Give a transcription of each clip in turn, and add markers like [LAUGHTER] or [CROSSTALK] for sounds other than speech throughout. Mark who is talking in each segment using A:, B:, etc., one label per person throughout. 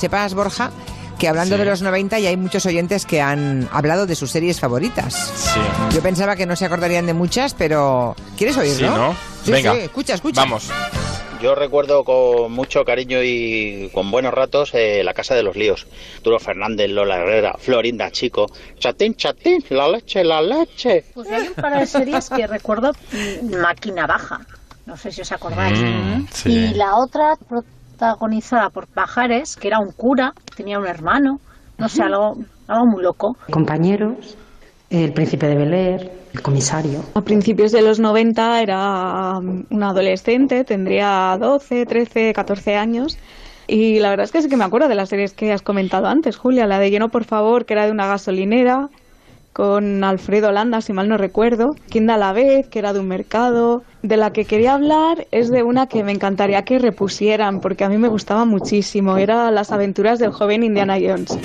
A: Sepas, Borja, que hablando
B: Sí.
A: de los 90 ya hay muchos oyentes que han hablado de sus series favoritas.
B: Sí.
A: Yo pensaba que no se acordarían de muchas, pero ¿quieres oírlo?
B: Sí, ¿no?
A: Sí,
B: Venga.
A: sí, escucha, escucha.
B: Vamos.
C: Yo recuerdo con mucho cariño y con buenos ratos eh, la casa de los líos. Arturo Fernández, Lola Herrera, Florinda Chico. Chatín, chatín, la leche, la leche.
D: Pues hay un par de series que recuerdo, mm, Máquina Baja, no sé si os acordáis.
B: Mm, sí.
D: Y la otra protagonizada por Pajares, que era un cura, tenía un hermano, no sé, algo, algo muy loco.
E: compañeros, el príncipe de Bel Air, el comisario.
F: A principios de los 90 era um, una adolescente, tendría 12, 13, 14 años. Y la verdad es que sí que me acuerdo de las series que has comentado antes, Julia. La de Lleno, por favor, que era de una gasolinera, con Alfredo Landa, si mal no recuerdo. Kinda a la vez, que era de un mercado. De la que quería hablar es de una que me encantaría que repusieran, porque a mí me gustaba muchísimo. Era Las aventuras del joven Indiana Jones.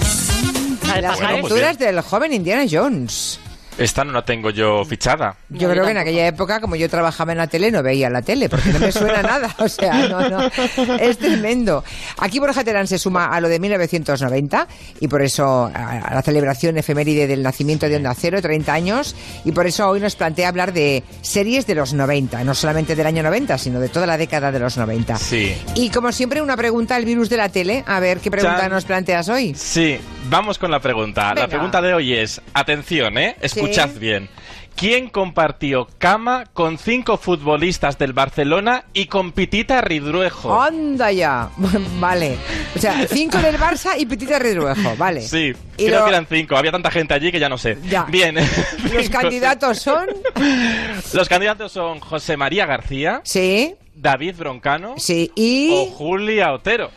A: Las
B: Bueno, pues
A: aventuras del joven Indiana Jones.
B: Esta no la tengo yo fichada.
A: Yo creo que en aquella época, como yo trabajaba en la tele, no veía la tele, porque no me
B: [LAUGHS]
A: suena nada. O sea, no, no. Es tremendo. Aquí Borja Terán se suma a lo de 1990 y por eso a a la celebración efeméride del nacimiento de Onda Cero, 30 años, y por eso hoy nos plantea hablar de series de los 90, no solamente del año 90, sino de toda la década de los 90.
B: Sí.
A: Y como siempre, una pregunta al virus de la tele. A ver, ¿qué pregunta
B: Chan.
A: nos planteas hoy?
B: Sí, vamos con la pregunta.
A: Venga.
B: La pregunta de hoy es, atención, ¿eh? Escuchad
A: Sí.
B: bien. ¿Quién compartió cama con cinco futbolistas del Barcelona y con Pitita Ridruejo?
A: ¡Anda ya! [LAUGHS] vale. O sea, cinco del Barça y Petita Redruejo, vale.
B: Sí,
A: Y
B: creo
A: lo-
B: que eran cinco. Había tanta gente allí que ya no sé.
A: Ya.
B: Bien.
A: los
B: [LAUGHS] Cinco,
A: candidatos son...
B: sí. Los candidatos son José María García,
A: Sí,
B: David Broncano
A: sí, y...
B: o Julia Otero.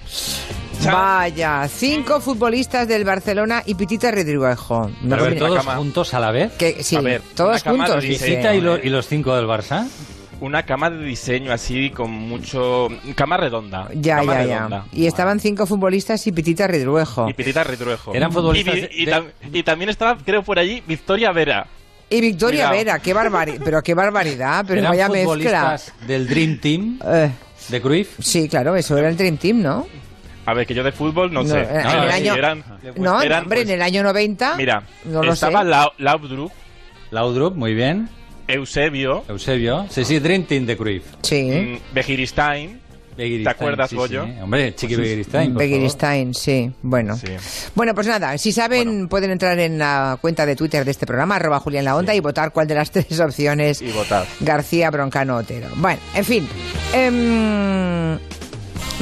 B: Chan.
A: Vaya, cinco futbolistas del Barcelona y Pitita Redruejo. No
G: Pero a ver,
A: combina-
B: una
G: todos
B: cama.
G: juntos a la vez.
A: que, sí,
B: A ver, una
A: todos
B: cama
A: juntos,
B: de
A: dice.
G: Visita y, lo- y los cinco del Barça.
B: Una cama de diseño así con mucho... Cama redonda.
A: Ya,
B: cama
A: ya, ya.
B: redonda.
A: Y oh. estaban cinco futbolistas y Pitita Redruejo.
B: Y Pitita Ritruejo.
G: Eran futbolistas
B: Y, vi- y
G: de-
B: tam- y también estaba, creo, por allí Victoria Vera.
A: Y Victoria
B: Cuidado.
A: Vera, qué barbaridad. Pero qué barbaridad, pero
G: Eran
A: vaya mezcla.
G: futbolistas del Dream Team
A: Eh,
G: de Cruyff.
A: sí, claro, eso era el Dream Team, ¿no?
B: A ver, que yo de fútbol no,
A: No, eh,
B: sé.
A: en el
B: Ah, sí,
A: año-
B: eran-
A: No,
B: eran,
A: hombre,
B: pues,
A: en el año 90.
B: Mira,
A: no lo
B: estaba
A: sé.
B: Lau- Laudrup,
G: Laudrup, muy bien.
B: Eusebio,
G: Eusebio. Sí, sí, Dream Team de Cruyff.
A: Sí.
B: mm, Begiristain.
G: Begiristain,
B: ¿Te acuerdas,
G: sí,
B: Goyo?
G: sí. Hombre, Chiqui Begiristain. por
A: Begiristain, sí. Bueno.
B: Sí.
A: Bueno, pues nada, si saben, pueden entrar en la cuenta de Twitter de este programa, arroba Julia en la Onda, y votar cuál de las [LAUGHS] tres opciones.
B: Y votar.
A: García Broncano Otero. Bueno, en fin. Em,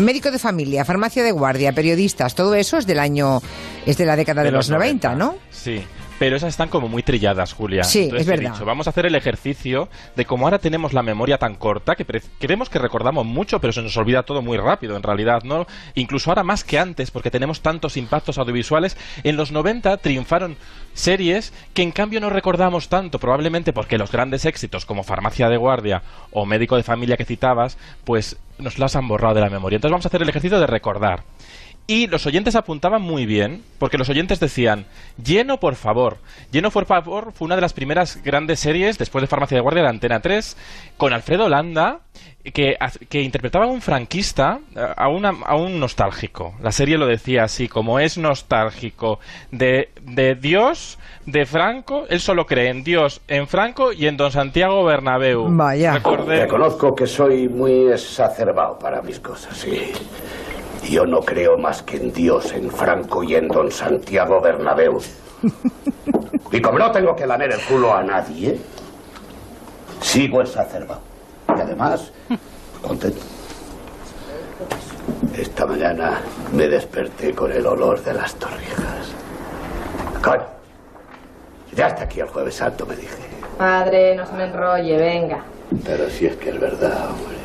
A: médico de familia, farmacia de guardia, periodistas, todo eso es del año. Es de la década de, los 90, ¿no?
B: Sí. Pero esas están como muy trilladas, Julia.
A: Sí,
B: Entonces
A: es
B: he
A: verdad.
B: dicho, vamos a hacer el ejercicio de cómo ahora tenemos la memoria tan corta que pre- creemos que recordamos mucho, pero se nos olvida todo muy rápido, en realidad, ¿no? Incluso ahora más que antes, porque tenemos tantos impactos audiovisuales. En los 90 triunfaron series que en cambio no recordamos tanto, probablemente porque los grandes éxitos como Farmacia de Guardia o Médico de Familia que citabas, pues nos las han borrado de la memoria. Entonces vamos a hacer el ejercicio de recordar. Y los oyentes apuntaban muy bien, porque los oyentes decían, lleno por favor. Lleno por favor fue una de las primeras grandes series después de Farmacia de Guardia de Antena 3, con Alfredo Landa, que, haz- que interpretaba a un franquista, a- a, una- a un nostálgico. La serie lo decía así, como es nostálgico de, de Dios, de Franco, él solo cree en Dios, en Franco y en Don Santiago Bernabéu.
A: Vaya.
B: Recordé-
H: Reconozco que soy muy exacerbado para mis cosas, sí. Yo no creo más que en Dios, en Franco y en don Santiago Bernabéu. Y como no tengo que lamer el culo a nadie, sigo exacerbado. Y además, contento. Esta mañana me desperté con el olor de las torrijas. Coño, ya está aquí el jueves santo, me dije.
I: Padre, no se me enrolle, venga.
H: Pero si es que es verdad, hombre.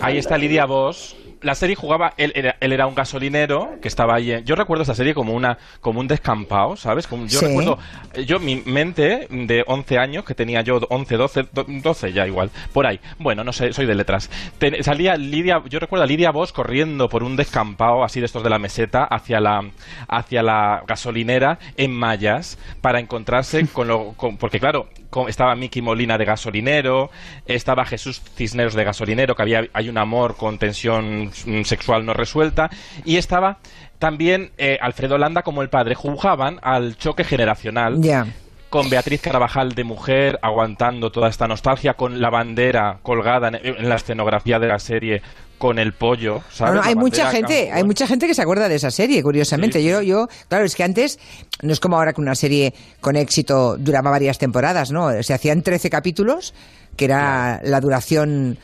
B: Ahí está Lidia Voss. La serie jugaba, él era, él era un gasolinero que estaba ahí. en- yo recuerdo esta serie como una como un descampado, ¿sabes? Como, yo
A: Sí.
B: recuerdo, eh, yo mi mente de 11 años, que tenía yo 11, 12, do- 12 ya igual, por ahí. Bueno, no sé, soy de letras. Ten- salía Lidia, yo recuerdo a Lidia Voss corriendo por un descampado así de estos de la meseta hacia la hacia la gasolinera en mallas para encontrarse con lo con- porque claro, con- estaba Miki Molina de gasolinero, estaba Jesús Cisneros de gasolinero, que había hay un amor con tensión mm, sexual no resuelta. Y estaba también eh, Alfredo Landa como el padre. Jugaban al choque generacional
A: Ya.
B: con Beatriz Carabajal de mujer aguantando toda esta nostalgia, con la bandera colgada en, en la escenografía de la serie, con el pollo. ¿sabes?
A: No, no,
B: La
A: hay mucha
B: bandera
A: gente,
B: camuflada.
A: hay mucha gente que se acuerda de esa serie, curiosamente.
B: Sí, sí,
A: Yo,
B: sí.
A: yo, claro, es que antes no es como ahora que una serie con éxito duraba varias temporadas, ¿no? Se hacían 13 capítulos, que era la duración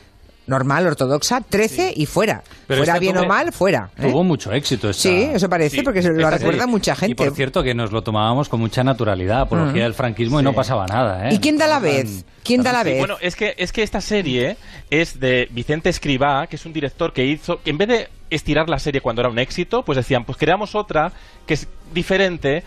A: normal, ortodoxa, 13 y fuera.
G: Pero
A: fuera
G: esta
A: bien
G: tuvo-
A: o mal, fuera. ¿eh?
G: Tuvo mucho éxito esta-
A: Sí, eso parece,
B: Sí,
A: porque se lo
B: esta
A: recuerda
B: serie.
A: mucha
G: Y
A: gente. Mm.
G: por cierto que nos lo tomábamos con mucha naturalidad, apología del franquismo y no pasaba nada. ¿eh?
A: ¿Y quién da la
G: Estaban-
A: vez? ¿Quién da la
B: Sí,
A: vez?
B: bueno, es que, es que esta serie es de Vicente Escribá, que es un director que hizo, que en vez de estirar la serie cuando era un éxito, pues decían, pues creamos otra que es diferente,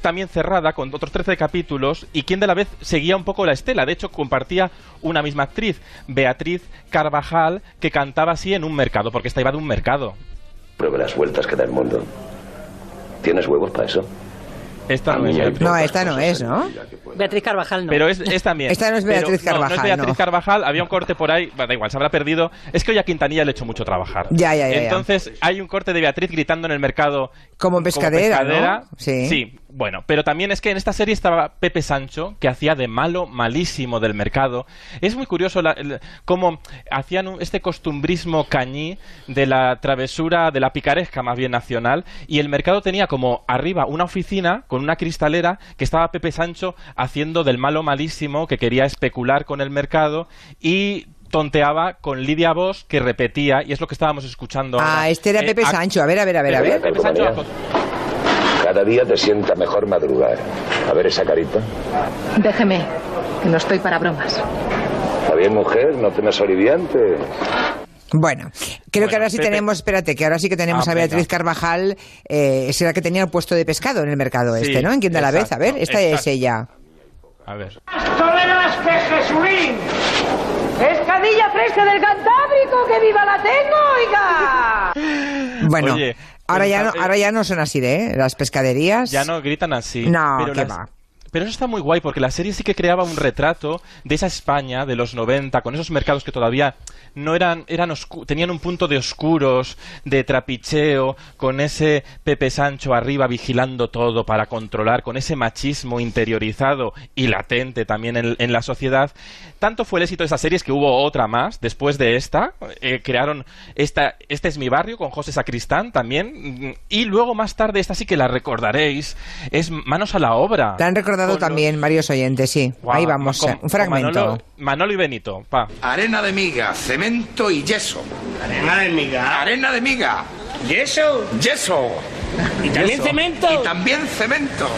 B: también cerrada, con otros 13 capítulos, y quien de la vez seguía un poco la estela. De hecho, compartía una misma actriz, Beatriz Carvajal, que cantaba así en un mercado, porque esta iba de un mercado.
J: Prueba las vueltas que da el mundo. ¿Tienes huevos para eso?
B: Esta no es
J: Amiga,
B: Beatriz.
A: no, esta no es, ¿no?
K: Beatriz Carvajal no.
B: Pero es, es también.
A: [LAUGHS] Esta no es
B: Pero
A: Beatriz
B: No,
A: Carvajal,
B: es Beatriz
A: no.
B: Carvajal. Había un corte por ahí. Bueno, da igual, se habrá perdido. Es que hoy a Quintanilla le he hecho mucho trabajar.
A: Ya, ya, ya, ya.
B: Entonces hay un corte de Beatriz gritando en el mercado.
A: Como pescadera, ¿no? Sí.
B: Sí. bueno. Pero también es que en esta serie estaba Pepe Sancho, que hacía de malo, malísimo del mercado. Es muy curioso la- el- cómo hacían un- este costumbrismo cañí de la travesura, de la picaresca más bien nacional. Y el mercado tenía como arriba una oficina con una cristalera que estaba Pepe Sancho haciendo del malo malísimo que quería especular con el mercado y tonteaba con Lidia Vos que repetía y es lo que estábamos escuchando
A: Ah,
B: ahora.
A: este era
B: Eh,
A: Pepe
B: a- este
A: Sancho. A ver, a ver, a ver, a
J: Pepe
A: ver.
B: Pepe Sancho
J: Sancho. Cada día te sienta mejor madrugar. A ver esa carita.
E: Déjeme, que no estoy para bromas.
J: Está bien, mujer, no temas oliviantes.
A: Bueno, creo que
B: Bueno,
A: ahora sí
B: Pepe.
A: tenemos, espérate, que ahora sí que tenemos
B: Ah,
A: a Beatriz
B: venga.
A: Carvajal, eh, es la que tenía el puesto de pescado en el mercado
B: Sí,
A: este, ¿no? En quien da la vez, a ver,
B: exacto,
A: esta es
B: exacto.
A: ella.
B: a ver.
I: ¡Toleras que Jesurín! ¡Pescadilla fresca del Cantábrico! ¡Que viva la tengo, oiga!
A: Bueno,
B: Oye,
A: ahora,
B: pero
A: ya no,
B: sabe-
A: ahora ya no son así, ¿eh? Las pescaderías.
B: Ya no gritan así.
A: No, qué
B: las-
A: va.
B: Pero eso está muy guay porque la serie sí que creaba un retrato de esa España de los 90 con esos mercados que todavía no eran eran oscu- tenían un punto de oscuros, de trapicheo, con ese Pepe Sancho arriba vigilando todo para controlar, con ese machismo interiorizado y latente también en, en la sociedad. Tanto fue el éxito de esas series que hubo otra más después de esta, eh, crearon esta Este es mi barrio con José Sacristán también mm, y luego más tarde esta sí que la recordaréis, es Manos a la obra.
A: La han recordado
B: Con los-
A: también varios oyentes, sí.
B: Guau,
A: Ahí vamos,
B: con-
A: eh, un
B: con
A: fragmento.
B: Manolo, Manolo y Benito, pa.
H: Arena de miga, cemento y yeso.
K: Arena de miga.
H: Arena de miga,
K: ¿Y eso?
H: yeso.
K: ¿Y también cemento?
H: Y también cemento.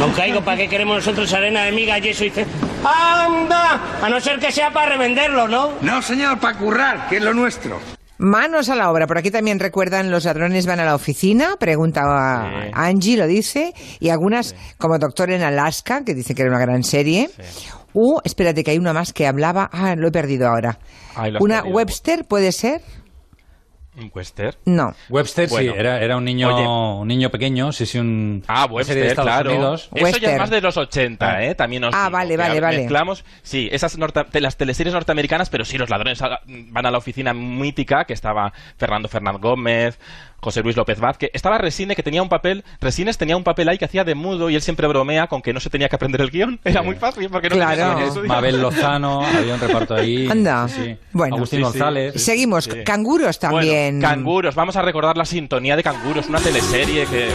K: No caigo, ¿para qué queremos nosotros arena de miga, yeso y cemento? ¡Anda! A no ser que sea para revenderlo, ¿no?
H: No, señor, para currar, que es lo nuestro.
A: Manos a la obra. Por aquí también recuerdan los ladrones van a la oficina, pregunta a
B: Sí.
A: Angie, lo dice, y algunas como Doctor en Alaska, que dice que era una gran serie. Uh, espérate que hay una más que hablaba, ah, lo he perdido ahora.
B: Ay, lo has
A: una
B: perdido.
A: Webster puede ser?
B: Un Wester.
A: No.
G: Webster,
B: Bueno.
G: sí, era, era un niño
B: Oye.
G: un niño pequeño, sí, sí, un...
B: Ah,
G: una serie de
B: Webster,
G: Estados
B: claro.
G: Unidos.
B: Eso ya
A: Webster.
B: es más de los 80, ¿eh? También os
A: Ah,
B: digo,
A: vale,
B: que
A: vale, vale.
B: Mezclamos, sí, esas norta- te- las teleseries norteamericanas, pero sí, los ladrones a- van a la oficina mítica, que estaba Fernando Fernández Gómez, José Luis López Vázquez. Estaba Resine, que tenía un papel, Resines tenía un papel ahí que hacía de mudo y él siempre bromea con que no se tenía que aprender el guión. Era muy fácil porque no
A: Claro.
B: tenía que estudiar.
G: Mabel Lozano, había un reparto ahí.
A: [LAUGHS] Anda.
G: sí, sí.
A: Bueno.
G: Agustín
B: Sí, sí.
G: González.
A: Seguimos,
B: sí.
A: canguros
B: Bueno,
A: también.
B: canguros, vamos a recordar la sintonía de Canguros, una teleserie que...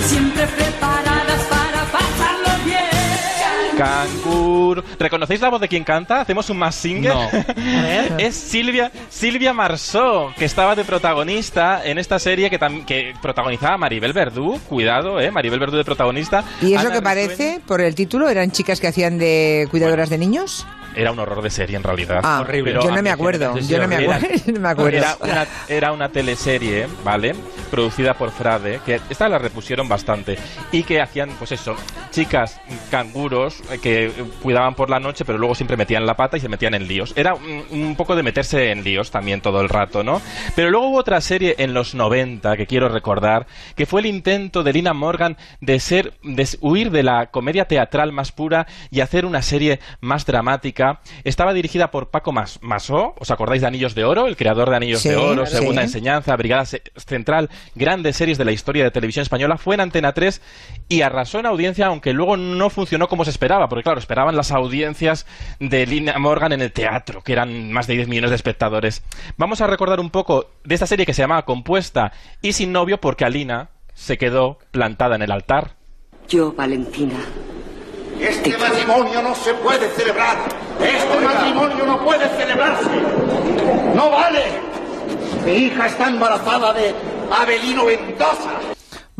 I: Siempre preparadas para pasarlo bien.
B: Cangur. ¿Reconocéis la voz de quien canta? ¿Hacemos un más singer? [LAUGHS]
G: No.
B: es Silvia, Silvia Marsó, que estaba de protagonista en esta serie que, tam- que protagonizaba Maribel Verdú. Cuidado, ¿eh? Maribel Verdú de protagonista.
A: ¿Y es
B: Ana
A: lo que parece por el título? ¿Eran chicas que hacían de cuidadoras de niños?
B: Risueña- Era un horror de serie, en realidad.
A: Ah,
G: horrible.
A: yo no
B: a
A: me
B: mí
A: acuerdo.
G: generalmente
A: Yo no me
G: sí,
A: acuerdo. [LAUGHS] no me acuerdo.
B: Era una, era una teleserie, ¿vale? Producida por Frade, que esta la repusieron bastante. Y que hacían, pues eso, chicas canguros eh, que eh, cuidaban por la noche, pero luego siempre metían la pata y se metían en líos. Era un, un poco de meterse en líos también todo el rato, ¿no? Pero luego hubo otra serie en los 90 que quiero recordar, que fue el intento de Lina Morgan de ser de s- huir de la comedia teatral más pura y hacer una serie más dramática Ortega, estaba dirigida por Paco Mas Masó, ¿os acordáis de Anillos de Oro? El creador de Anillos
L: Sí,
B: de Oro,
L: claro.
B: Segunda
L: Sí.
B: Enseñanza, Brigada Se- Central, grandes series de la historia de televisión española, fue en Antena 3 y arrasó en audiencia, aunque luego no funcionó como se esperaba, porque claro, esperaban las audiencias de Lina Morgan en el teatro, que eran más de 10 millones de espectadores. Vamos a recordar un poco de esta serie que se llamaba Compuesta y Sin Novio, porque Alina se quedó plantada en el altar.
M: Yo, Valentina,
H: Este matrimonio no se puede celebrar. Este matrimonio no puede celebrarse. No vale. Mi hija está embarazada de Abelino Mendoza.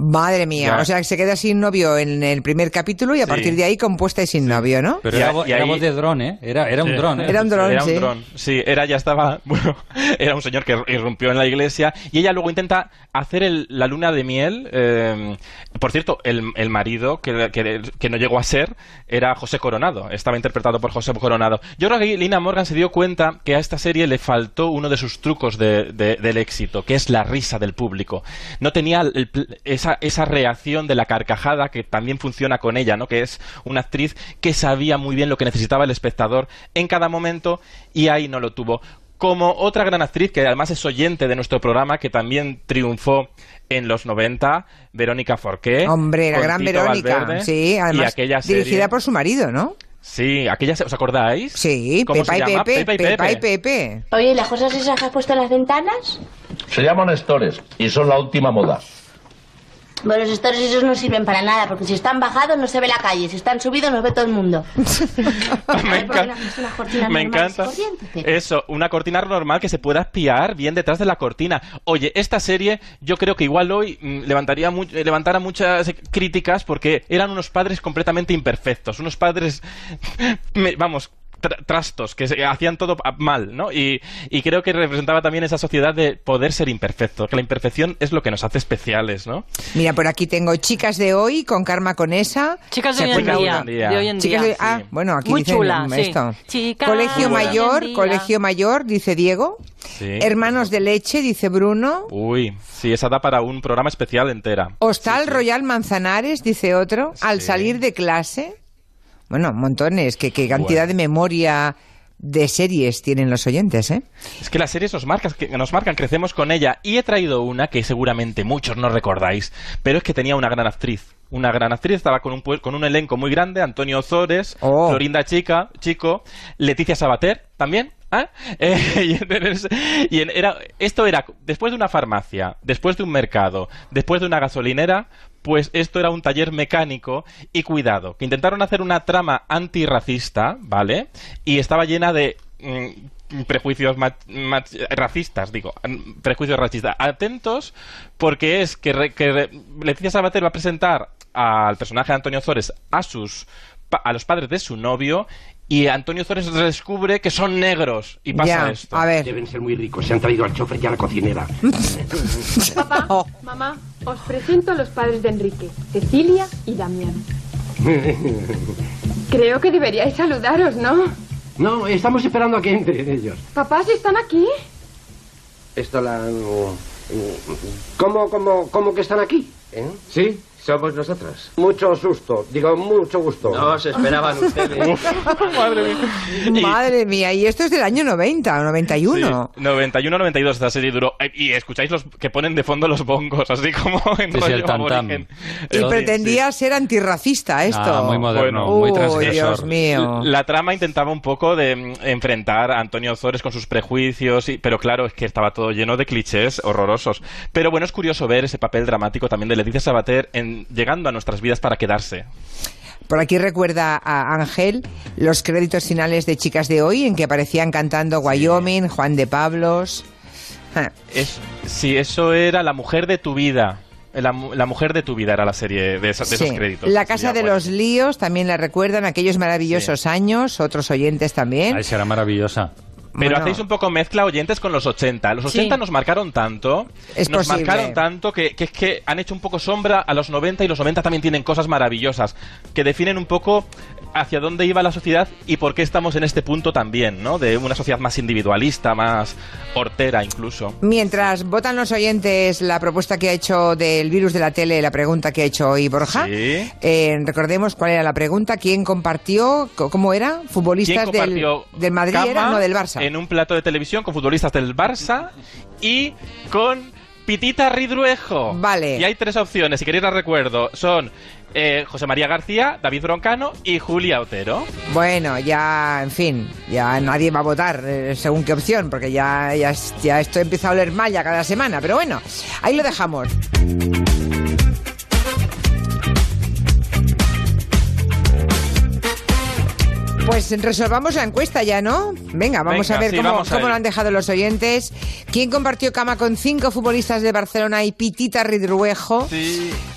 A: Madre mía,
G: Ya.
A: o sea, que se queda sin novio en el primer capítulo y a
G: Sí.
A: partir de ahí compuesta y sin novio, ¿no?
G: Pero era, vo- era voz de dron, ¿eh? Era, era un
B: Sí.
G: dron, ¿eh?
A: Era un dron,
B: Era
A: sí.
B: un dron. Sí, era ya estaba. [LAUGHS] Bueno, era un señor que irrumpió en la iglesia y ella luego intenta hacer el- la luna de miel. eh, por cierto, el, el marido que, que- que no llegó a ser era José Coronado. Estaba interpretado por José Coronado. Yo creo que Lina Morgan se dio cuenta que a esta serie le faltó uno de sus trucos de- de- del éxito, que es la risa del público. No tenía el pl- esa, esa reacción de la carcajada que también funciona con ella, ¿no? Que es una actriz que sabía muy bien lo que necesitaba el espectador en cada momento y ahí no lo tuvo. Como otra gran actriz que además es oyente de nuestro programa, que también triunfó en los 90, Verónica Forqué.
A: Hombre, la
B: ¿Eh? con
A: gran
B: Tito
A: Verónica,
B: Valverde,
A: sí,
B: y
A: además
B: aquella serie-
A: dirigida por su marido, ¿no?
B: Sí, aquella, se- ¿os acordáis? Sí, ¿Cómo
A: Pepa
B: se
A: y
B: llama?
A: Pepe,
B: Pepa y
A: Pepa y
B: Pepe.
A: Pepe.
N: Oye, ¿y las cosas esas que has puesto en las ventanas?
J: Se llaman estores y son la última moda.
N: Bueno, los estores esos no sirven para nada, porque si están bajados no se ve la calle, si están subidos nos ve todo el mundo.
B: Me encanta. Me encanta. Eso, una cortina normal que se pueda espiar bien detrás de la cortina. Oye, esta serie yo creo que igual hoy mm, levantaría mu- eh, levantara muchas eh, críticas porque eran unos padres completamente imperfectos, unos padres, [LAUGHS] me- vamos tra- trastos que se- hacían todo a- mal, ¿no? Y, y creo que representaba también esa sociedad de poder ser imperfecto, que la imperfección es lo que nos hace especiales, ¿no?
A: Mira, por aquí tengo Chicas de hoy con Karma Conesa.
O: Chicas de
A: ¿Se
O: hoy en
B: Pues
A: acuerdan?
O: día, de hoy en
A: Chicas
O: día,
A: de- Ah,
O: sí.
A: bueno, aquí
O: Muy
A: dicen
O: chula, sí.
A: esto.
O: Chicas de
A: colegio
O: hoy en
A: mayor,
O: día.
A: colegio mayor, dice Diego.
B: Sí.
A: Hermanos de leche, dice Bruno.
B: Uy, sí, esa da para un programa especial entera.
A: Hostal Royal Manzanares, dice otro. Al salir de clase. Bueno, montones. Qué, qué cantidad de memoria de series tienen los oyentes, ¿eh?
B: Es que las series nos marcan, que nos marcan, crecemos con ella. Y he traído una que seguramente muchos no recordáis, pero es que tenía una gran actriz. Una gran actriz, estaba con un, pue- con un elenco muy grande, Antonio Zores, Florinda Chica, Chico, Leticia Sabater también. ¿ah? [LAUGHS] Eh, y entonces- y en- era, esto era después de una farmacia, después de un mercado, después de una gasolinera, pues esto era un taller mecánico y cuidado, que intentaron hacer una trama antirracista, ¿vale? Y estaba llena de mm, prejuicios mach- mach- racistas, digo, mm, prejuicios racistas. Atentos, porque es que, re- que re- Leticia Sabater va a presentar al personaje de Antonio Zores a sus pa- a los padres de su novio y Antonio Zores descubre que son negros y pasa esto.
A: [LAUGHS]
H: Deben ser muy ricos. Pues Se han traído al chofer y a la cocinera.
P: Papá,
A: Oh,
P: mamá, os presento a los padres de Enrique, Cecilia y Damián. Creo que deberíais saludaros, ¿no?
H: no, estamos esperando a que entren ellos.
P: Papás, ¿están aquí?
H: Esto la... ¿Cómo, cómo, cómo que están aquí? Sí, somos nosotros. Mucho susto, digo, mucho gusto. No os
A: esperaban
H: [LAUGHS]
A: ustedes.
B: Madre mía.
A: Madre mía, y esto es del año 90 o 91.
B: 91-92 esta serie duró. Eh, Y escucháis los que ponen de fondo los bongos, así como [LAUGHS] en
G: Sí, sí,
B: rollo
G: el tam-tam.
B: aborigen.
A: Y
B: Sí, sí. Ah,
A: pretendía ser antirracista esto.
G: Nada, muy moderno,
A: Uy,
G: muy transgresor.
A: Dios mío.
B: La trama intentaba un poco de mm, enfrentar a Antonio Zores con sus prejuicios, y- pero claro, es que estaba todo lleno de clichés horrorosos. Pero bueno, es curioso ver ese papel dramático también de Leticia Sabater en, llegando a nuestras vidas para quedarse.
A: Por aquí recuerda a Ángel los créditos finales de Chicas de hoy en que aparecían cantando Wyoming, Juan de Pablos. Ah, Ja.
B: Es, sí, eso era La mujer de tu vida. La, mu- la mujer de tu vida era la serie de, esa- de esos
A: Sí.
B: créditos.
A: La Casa
B: Sí,
A: de
B: bueno.
A: los Líos también la recuerdan, aquellos maravillosos años, otros oyentes también.
G: Ay, será maravillosa.
B: Pero
A: Bueno.
B: hacéis un poco mezcla oyentes con los 80. Los
A: Sí.
B: 80 nos marcaron tanto,
A: Es
B: nos
A: posible.
B: marcaron tanto que, que es que han hecho un poco sombra a los 90 y los 90 también tienen cosas maravillosas que definen un poco hacia dónde iba la sociedad y por qué estamos en este punto también, ¿no? De una sociedad más individualista, más hortera incluso.
A: Mientras votan los oyentes la propuesta que ha hecho del virus de la tele, la pregunta que ha hecho hoy Borja,
B: Sí.
A: eh, recordemos cuál era la pregunta, quién compartió, Co- cómo era, futbolistas
B: ¿Quién
A: del,
B: compartió
A: del Madrid,
B: cama
A: era? no del Barça.
B: En un plato de televisión con futbolistas del Barça y con Pitita Ridruejo. Vale. Y hay tres opciones, si queréis las recuerdo. Son eh, José María García, David Broncano y Julia Otero.
A: Bueno, ya, en fin, ya nadie va a votar eh, según qué opción, porque ya, ya, es- ya esto empieza a oler mal ya cada semana, pero bueno, ahí lo dejamos. Pues resolvamos la encuesta ya, ¿no? Venga, vamos
B: Venga,
A: a ver
B: sí,
A: cómo,
B: vamos a
A: cómo
B: ello.
A: lo han dejado los oyentes. ¿Quién compartió cama con cinco futbolistas de Barcelona y Pitita Ridruejo?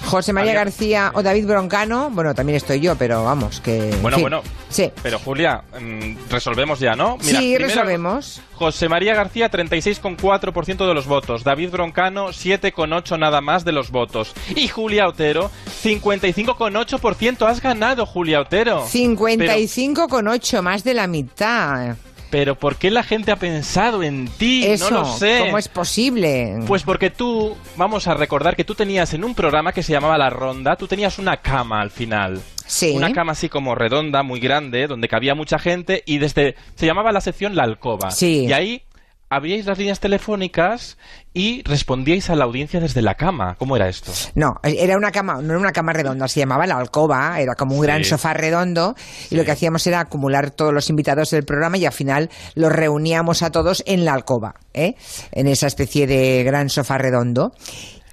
A: José María
B: Había-
A: García o David Broncano. Bueno, también estoy yo, pero vamos, que... en
B: Bueno,
A: fin.
B: bueno.
A: Sí.
B: Pero Julia, mm, resolvemos ya, ¿no?
A: sí,
B: primero-
A: resolvemos.
B: José María García, 36,4% de los votos. David Broncano, 7,8% nada más de los votos. Y Julia Otero, 55,8%. Has ganado, Julia Otero.
A: 55,8, más de la mitad.
B: Pero, pero ¿por qué la gente ha pensado en ti?
A: Eso,
B: no lo sé.
A: ¿cómo es posible?
B: Pues porque tú, vamos a recordar que tú tenías en un programa que se llamaba La Ronda, tú tenías una cama al final.
A: Sí.
B: Una cama así como redonda, muy grande, donde cabía mucha gente y desde se llamaba la sección La Alcoba.
A: Sí.
B: Y ahí abríais las líneas telefónicas y respondíais a la audiencia desde la cama. ¿Cómo era esto?
A: No, era una cama, no era una cama redonda, se llamaba la alcoba, era como un gran
B: Sí.
A: sofá redondo y lo que hacíamos era acumular todos los invitados del programa y al final los reuníamos a todos en la alcoba, ¿eh? en esa especie de gran sofá redondo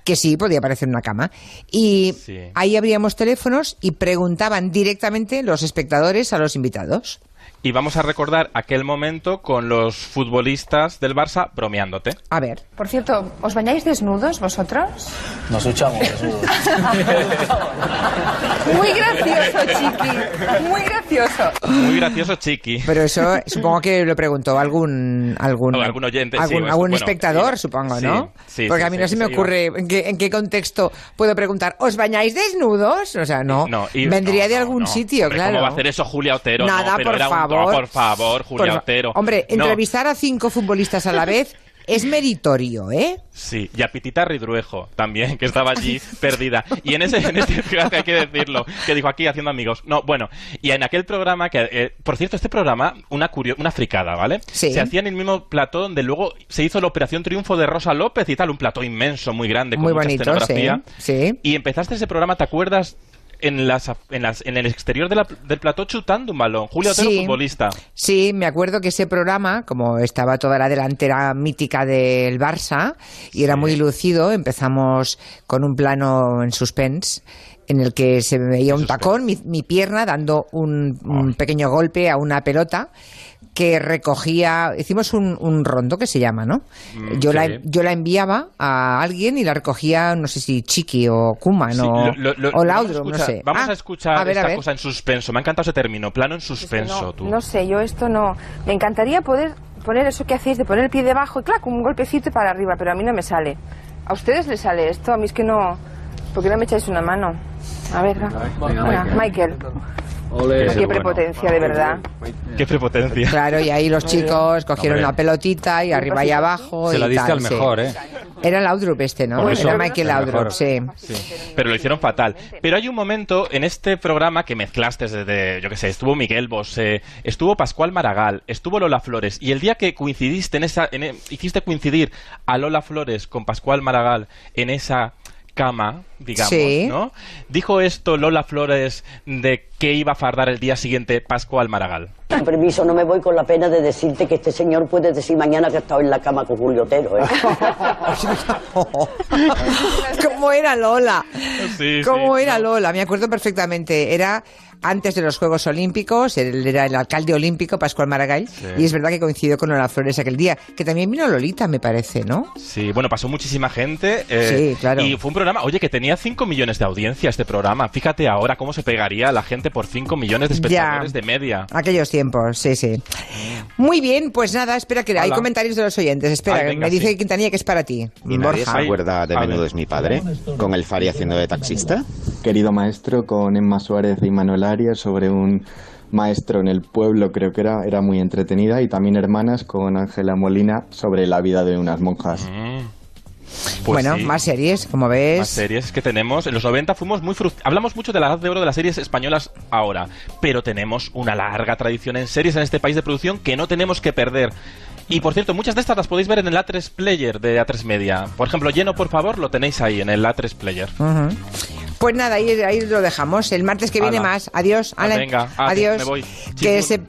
A: que sí podía parecer una cama y
B: Sí.
A: ahí abríamos teléfonos y preguntaban directamente los espectadores a los invitados.
B: Y vamos a recordar aquel momento con los futbolistas del Barça bromeándote.
A: A ver.
L: Por cierto, ¿os bañáis desnudos vosotros?
B: Nos duchamos.
L: Muy gracioso, chiqui. Muy gracioso.
B: Muy gracioso, Chiqui.
A: Pero eso supongo que lo preguntó algún algún
B: O algún oyente, sí,
A: algún,
B: o eso,
A: algún
B: bueno,
A: espectador,
B: sí.
A: supongo,
B: Sí,
A: ¿no?
B: sí,
A: Porque
B: sí,
A: a mí
B: sí,
A: no se
B: sí,
A: me
B: sí,
A: ocurre en qué, en qué contexto puedo preguntar, ¿os bañáis desnudos? O sea, no.
B: No, y-
A: Vendría de algún sitio,
B: Hombre,
A: claro.
B: ¿Cómo va a hacer eso Julia Otero? No,
A: Nada,
B: pero
A: por
B: era un-
A: favor.
B: no, por favor, Julia
A: Por fa-
B: Otero.
A: Hombre,
B: No.
A: entrevistar a cinco futbolistas a la vez es meritorio, ¿eh?
B: Sí, y a Pitita Ridruejo también, que estaba
A: [LAUGHS]
B: allí perdida. Y en ese, en este fíjate, hay que decirlo, que dijo aquí haciendo amigos. No, bueno, y en aquel programa, que eh, por cierto, este programa, una curio- una fricada, ¿vale?
A: Sí.
B: Se hacía en el mismo plató donde luego se hizo la Operación Triunfo de Rosa López y tal, un plató inmenso, muy grande, con
A: Muy
B: mucha
A: bonito, sí.
B: escenografía.
A: Sí.
B: Y empezaste ese programa, ¿te acuerdas? En, las, en, las, en el exterior de la- del plató chutando un balón. Julio Otero,
A: Sí.
B: futbolista.
A: Sí, me acuerdo que ese programa, como estaba toda la delantera mítica del Barça y era muy lucido, empezamos con un plano en suspense en el que se veía un tacón, mi, mi pierna dando un, un pequeño golpe a una pelota que recogía, hicimos un, un rondo que se llama, ¿no?
B: Mm,
A: yo, la,
B: sí.
A: yo la enviaba a alguien y la recogía, no sé si Chiqui o Kuman
B: Sí,
A: o,
B: lo- lo- lo-
A: Ah, o
B: vamos a
A: Laudrup, no
B: escuchar-
A: sé.
B: Vamos
A: Ah,
B: a escuchar
A: a ver, a
B: esta
A: ver.
B: cosa en suspenso. Me ha encantado ese término, plano en suspenso,
L: No,
B: tú.
L: no sé, yo esto no. Me encantaría poder poner eso que hacéis de poner el pie debajo y, claro, un golpecito y para arriba, pero a mí no me sale. ¿A ustedes les sale esto? A mí es que no. ¿Por qué no me echáis una mano? A ver, va.
B: Venga,
L: Venga, Michael.
B: Michael.
L: Qué prepotencia, de verdad.
B: Qué prepotencia.
L: [LAUGHS]
B: [LAUGHS]
A: Claro, y ahí los chicos cogieron
B: Hombre.
A: la pelotita y arriba y abajo.
B: Se
A: y
B: la diste
A: tal,
B: al mejor,
A: sí.
B: ¿eh?
A: Era Laudrup este, ¿no?
B: Por eso.
A: Era Michael
B: El
A: Laudrup,
B: mejor.
A: sí.
B: Pero lo hicieron fatal. Pero hay un momento en este programa que mezclaste desde, yo qué sé, estuvo Miguel Bosé, estuvo Pascual Maragall, estuvo Lola Flores. Y el día que coincidiste en esa. en- e, hiciste coincidir a Lola Flores con Pascual Maragall en esa cama, digamos,
A: Sí.
B: ¿no? Dijo esto Lola Flores de que iba a fardar el día siguiente Pascual Maragall.
O: Con permiso, no me voy con la pena de decirte que este señor puede decir mañana que ha estado en la cama con Julio Otero. ¿eh?
H: [LAUGHS]
A: ¿Cómo era Lola?
B: Sí,
A: ¿Cómo
B: sí,
A: era Lola? Me acuerdo perfectamente. Era antes de los Juegos Olímpicos, él era el alcalde olímpico, Pascual Maragall,
B: Sí.
A: y es verdad que coincidió con Lola Flores aquel día, que también vino Lolita, me parece, ¿no?
B: Sí, bueno, pasó muchísima gente. eh,
A: Sí, claro.
B: Y fue un programa, oye, que tenía 5 millones de audiencia este programa. Fíjate ahora cómo se pegaría la gente por 5 millones de espectadores
A: Ya.
B: de media.
A: Aquellos tiempos, sí, sí. Muy bien, pues nada, espera que hay
B: Hola.
A: comentarios de los oyentes. Espera,
Q: Ay, venga,
A: me dice Quintanilla que es para ti.
Q: ¿Y nadie
A: Borja.
Q: se acuerda de Menudo es mi padre? Con el Fari haciendo de taxista. Querido maestro, con Emma Suárez y Manuel Arias sobre un maestro en el pueblo, creo que era, era muy entretenida. Y también Hermanas con Ángela Molina sobre la vida de unas monjas.
B: Mm. Pues
A: bueno,
B: sí.
A: más series, como ves.
B: Más series que tenemos. En los 90 fuimos muy frust- Hablamos mucho de la edad de oro de las series españolas ahora, pero tenemos una larga tradición en series en este país de producción que no tenemos que perder. Y por cierto, muchas de estas las podéis ver en el A3 Player de A3 Media. Por ejemplo, lleno, por favor, lo tenéis ahí en el A3 Player.
A: Ujú. Pues nada, ahí, ahí lo dejamos. El martes que viene
B: Ala.
A: más. Adiós.
B: Ah,
A: Alan.
B: venga. Ah,
A: adiós.
B: me voy.
A: Que
B: Chimpún.
A: se